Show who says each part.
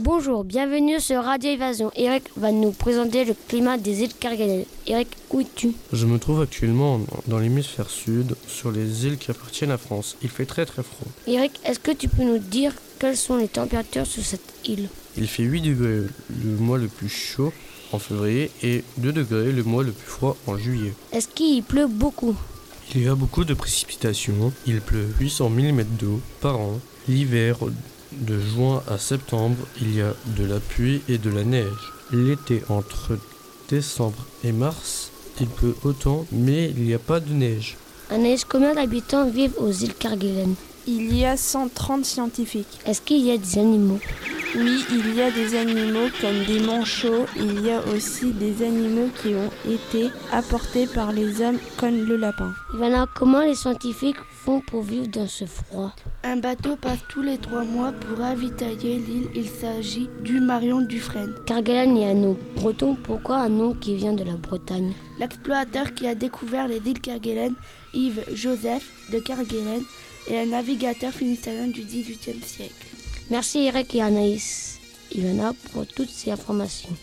Speaker 1: Bonjour, bienvenue sur Radio Évasion. Eric va nous présenter le climat des îles Kerguelen. Eric, où es-tu
Speaker 2: Je me trouve actuellement dans l'hémisphère sud, sur les îles qui appartiennent à France. Il fait très très froid.
Speaker 1: Eric, est-ce que tu peux nous dire quelles sont les températures sur cette île
Speaker 2: Il fait 8 degrés le mois le plus chaud en février et 2 degrés le mois le plus froid en juillet.
Speaker 1: Est-ce qu'il y pleut beaucoup
Speaker 2: Il y a beaucoup de précipitations. Il pleut 800 mm d'eau par an. L'hiver de juin à septembre, il y a de la pluie et de la neige. L'été, entre décembre et mars, il pleut autant, mais il n'y a pas de neige.
Speaker 1: Anaïs, combien d'habitants vivent aux îles Kerguelen
Speaker 3: Il y a 130 scientifiques.
Speaker 1: Est-ce qu'il y a des animaux
Speaker 3: Oui, il y a des animaux comme des manchots. Il y a aussi des animaux qui ont été apportés par les hommes comme le lapin.
Speaker 1: Ivana, comment les scientifiques font pour vivre dans ce froid
Speaker 4: Un bateau passe tous les trois mois pour ravitailler l'île. Il s'agit du Marion Dufresne.
Speaker 1: Kerguelen est un nom breton, pourquoi un nom qui vient de la Bretagne
Speaker 4: L'explorateur qui a découvert les îles Kerguelen, Yves Joseph de Kerguelen, est un navigateur finistérien du XVIIIe siècle.
Speaker 1: Merci Eric et Anaïs, Ivana pour toutes ces informations.